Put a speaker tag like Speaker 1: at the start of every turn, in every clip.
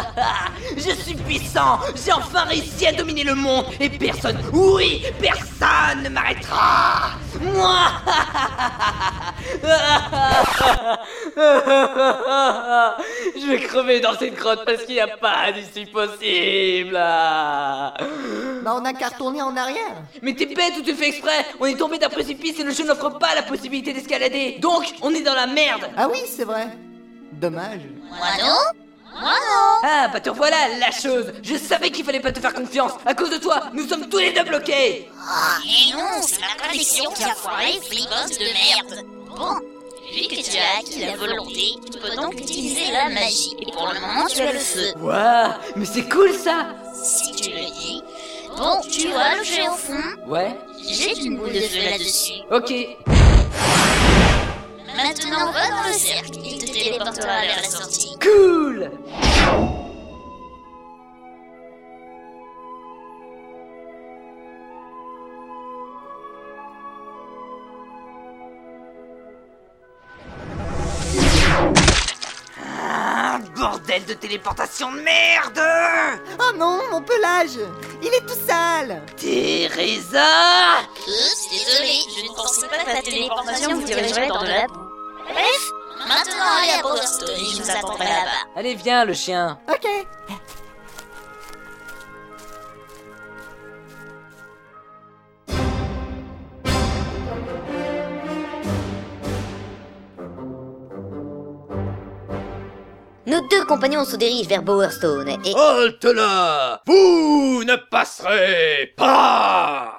Speaker 1: Je suis puissant J'ai enfin réussi à dominer le monde Et personne, oui, personne ne m'arrêtera Moi Je vais crever dans cette grotte parce qu'il n'y a pas d'issue possible
Speaker 2: Bah on a qu'à retourner en arrière.
Speaker 1: Mais t'es bête ou tu le fais exprès On est tombé d'un précipice et le jeu n'offre pas la possibilité d'escalader Donc, on est dans la merde
Speaker 2: Ah oui, c'est vrai. Dommage.
Speaker 3: Moi non Moi non
Speaker 1: Ah, bah te voilà, la chose Je savais qu'il fallait pas te faire confiance À cause de toi, nous sommes tous les deux bloqués
Speaker 3: Et Ah, non, c'est ma connexion qui a foiré, flibox de merde Bon, vu que tu as acquis la volonté, tu peux donc utiliser la magie. Et pour le moment, tu as le feu.
Speaker 1: Waouh, mais c'est cool ça
Speaker 3: Si tu le dis. Bon, tu vois le géant fond
Speaker 1: Ouais,
Speaker 3: J'ai une boule de feu là-dessus.
Speaker 1: ok.
Speaker 3: Maintenant, va dans le cercle, il te téléportera vers la sortie.
Speaker 1: Cool
Speaker 4: Ah, bordel de téléportation de merde
Speaker 2: Oh non, mon pelage Il est tout sale
Speaker 4: Teresa
Speaker 3: Oups, désolé, je ne pensais pas que la téléportation vous dirigerait dans de la boue. Bref, maintenant allez à Power Story, je vous attendrai là-bas.
Speaker 1: Allez, viens le chien
Speaker 2: Ok.
Speaker 5: Nos deux compagnons se dirigent vers Bowerstone et...
Speaker 4: Halte là Vous ne passerez pas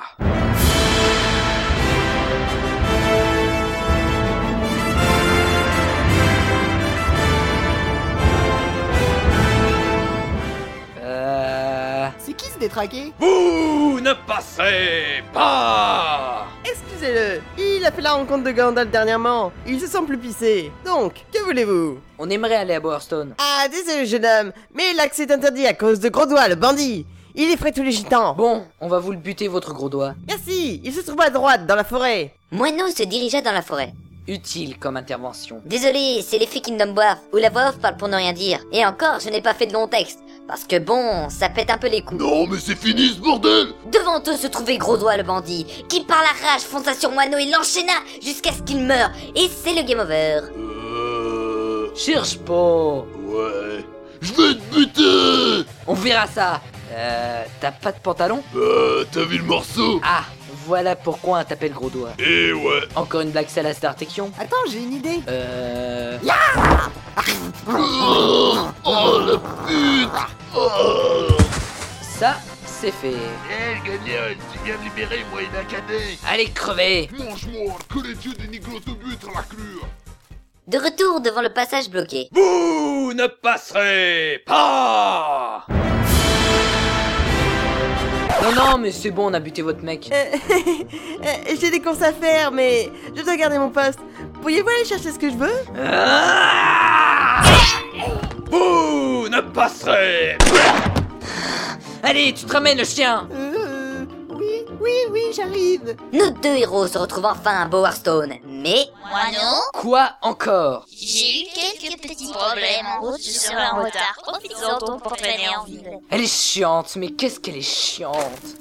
Speaker 1: Euh...
Speaker 2: C'est qui ce détraqué
Speaker 4: Vous ne passerez pas
Speaker 6: Excusez-le, il a fait la rencontre de Gandalf dernièrement. Il se sent plus pissé. Donc, que voulez-vous
Speaker 1: On aimerait aller à Bowerstone.
Speaker 6: Ah, désolé, jeune homme, mais l'accès est interdit à cause de Gros Doigt, le bandit. Il effraie tous les gitans.
Speaker 1: Bon, on va vous le buter votre gros doigt.
Speaker 6: Merci, il se trouve à droite, dans la forêt.
Speaker 5: Moineau se dirigea dans la forêt.
Speaker 1: Utile comme intervention.
Speaker 5: Désolé, c'est les filles qui me donnent boire, ou la voix off parle pour ne rien dire. Et encore, je n'ai pas fait de long texte, parce que bon, ça pète un peu les coups.
Speaker 4: Non mais c'est fini ce bordel
Speaker 5: Devant eux se trouvait Gros Doigt le bandit, qui par la rage fonça sur Moineau et l'enchaîna jusqu'à ce qu'il meure, et c'est le game over.
Speaker 4: Euh...
Speaker 1: Cherche pas
Speaker 4: Ouais... Je vais te buter
Speaker 1: On verra ça Euh... T'as pas de pantalon
Speaker 4: Euh... T'as vu le morceau
Speaker 1: Ah Voilà pourquoi on t'appelle gros doigt.
Speaker 4: Eh ouais
Speaker 1: Encore une blague sale à Startection
Speaker 2: Attends, j'ai une idée.
Speaker 1: Euh...
Speaker 4: Oh la pute oh.
Speaker 1: Ça, c'est fait.
Speaker 4: Eh Gagnon, tu viens de libérer moi inacadé
Speaker 1: Allez crever
Speaker 4: Mange-moi, que les dieux des nigros te butent la crure
Speaker 5: De retour devant le passage bloqué.
Speaker 4: Vous ne passerez pas
Speaker 1: Non, non, mais c'est bon, on a buté votre mec.
Speaker 6: Euh, euh, J'ai des courses à faire, mais je dois garder mon poste. Pourriez-vous aller chercher ce que je veux
Speaker 4: Vous ne passerez
Speaker 1: Allez, tu te ramènes le chien
Speaker 2: Euh, oui, oui, oui, j'arrive.
Speaker 5: Nos deux héros se retrouvent enfin à Bowerstone, mais...
Speaker 3: Moi non
Speaker 1: Quoi encore
Speaker 3: J'ai eu quelques petits problèmes en route, je serai en retard. Profitez-en donc pour traîner en ville.
Speaker 1: Elle est chiante, mais qu'est-ce qu'elle est chiante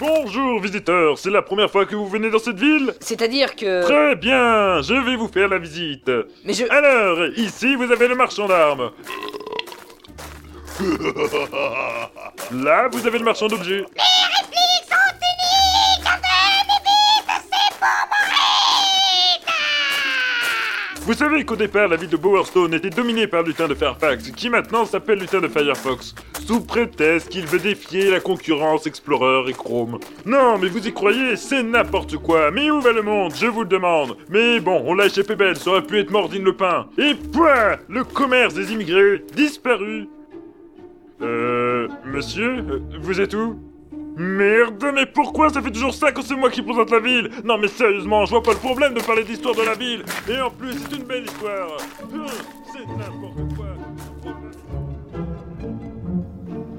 Speaker 7: Bonjour visiteurs, c'est la première fois que vous venez dans cette ville
Speaker 1: C'est-à-dire que...
Speaker 7: Très bien, je vais vous faire la visite.
Speaker 1: Mais je...
Speaker 7: Alors, ici vous avez le marchand d'armes. Là, vous avez le marchand d'objets. Vous savez qu'au départ, la ville de Bowerstone était dominée par le lutin de Fairfax, qui maintenant s'appelle lutin de Firefox, sous prétexte qu'il veut défier la concurrence Explorer et Chrome. Non, mais vous y croyez, c'est n'importe quoi. Mais où va le monde Je vous le demande. Mais bon, on l'a échappé belle, ça aurait pu être Mordine le Pain. Et point Le commerce des immigrés disparu. Euh... Monsieur euh, Vous êtes où Merde, mais pourquoi ça fait toujours ça quand c'est moi qui présente la ville Non mais sérieusement, je vois pas le problème de parler d'histoire de la ville Et en plus, c'est une belle histoire Hum, C'est n'importe quoi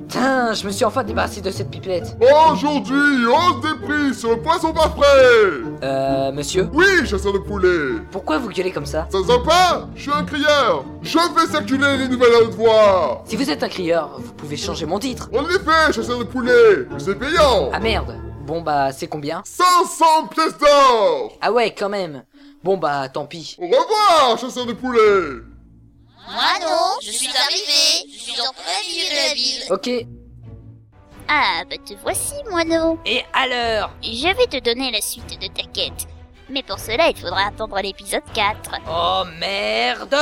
Speaker 1: Putain, Ah, je me suis enfin débarrassé de cette pipelette.
Speaker 8: Aujourd'hui, hausse des prix sur le poisson pas frais
Speaker 1: Euh, monsieur
Speaker 8: Oui, chasseur de poulet
Speaker 1: Pourquoi vous gueulez comme ça
Speaker 8: Ça se voit pas Je suis un crieur Je fais circuler les nouvelles à haute voix
Speaker 1: Si vous êtes un crieur, vous pouvez changer mon titre.
Speaker 8: En effet, chasseur de poulet C'est payant
Speaker 1: Ah merde Bon bah, c'est combien
Speaker 8: 500 pièces d'or
Speaker 1: Ah ouais, quand même Bon bah, tant pis.
Speaker 8: Au revoir, chasseur de poulet
Speaker 3: Moi non, je suis arrivé, je suis en plein milieu de la ville.
Speaker 1: Ok,
Speaker 3: Ah, bah te voici, moineau.
Speaker 1: et à l'heure
Speaker 3: Je vais te donner la suite de ta quête. Mais pour cela, il faudra attendre l'épisode 4.
Speaker 1: Oh merde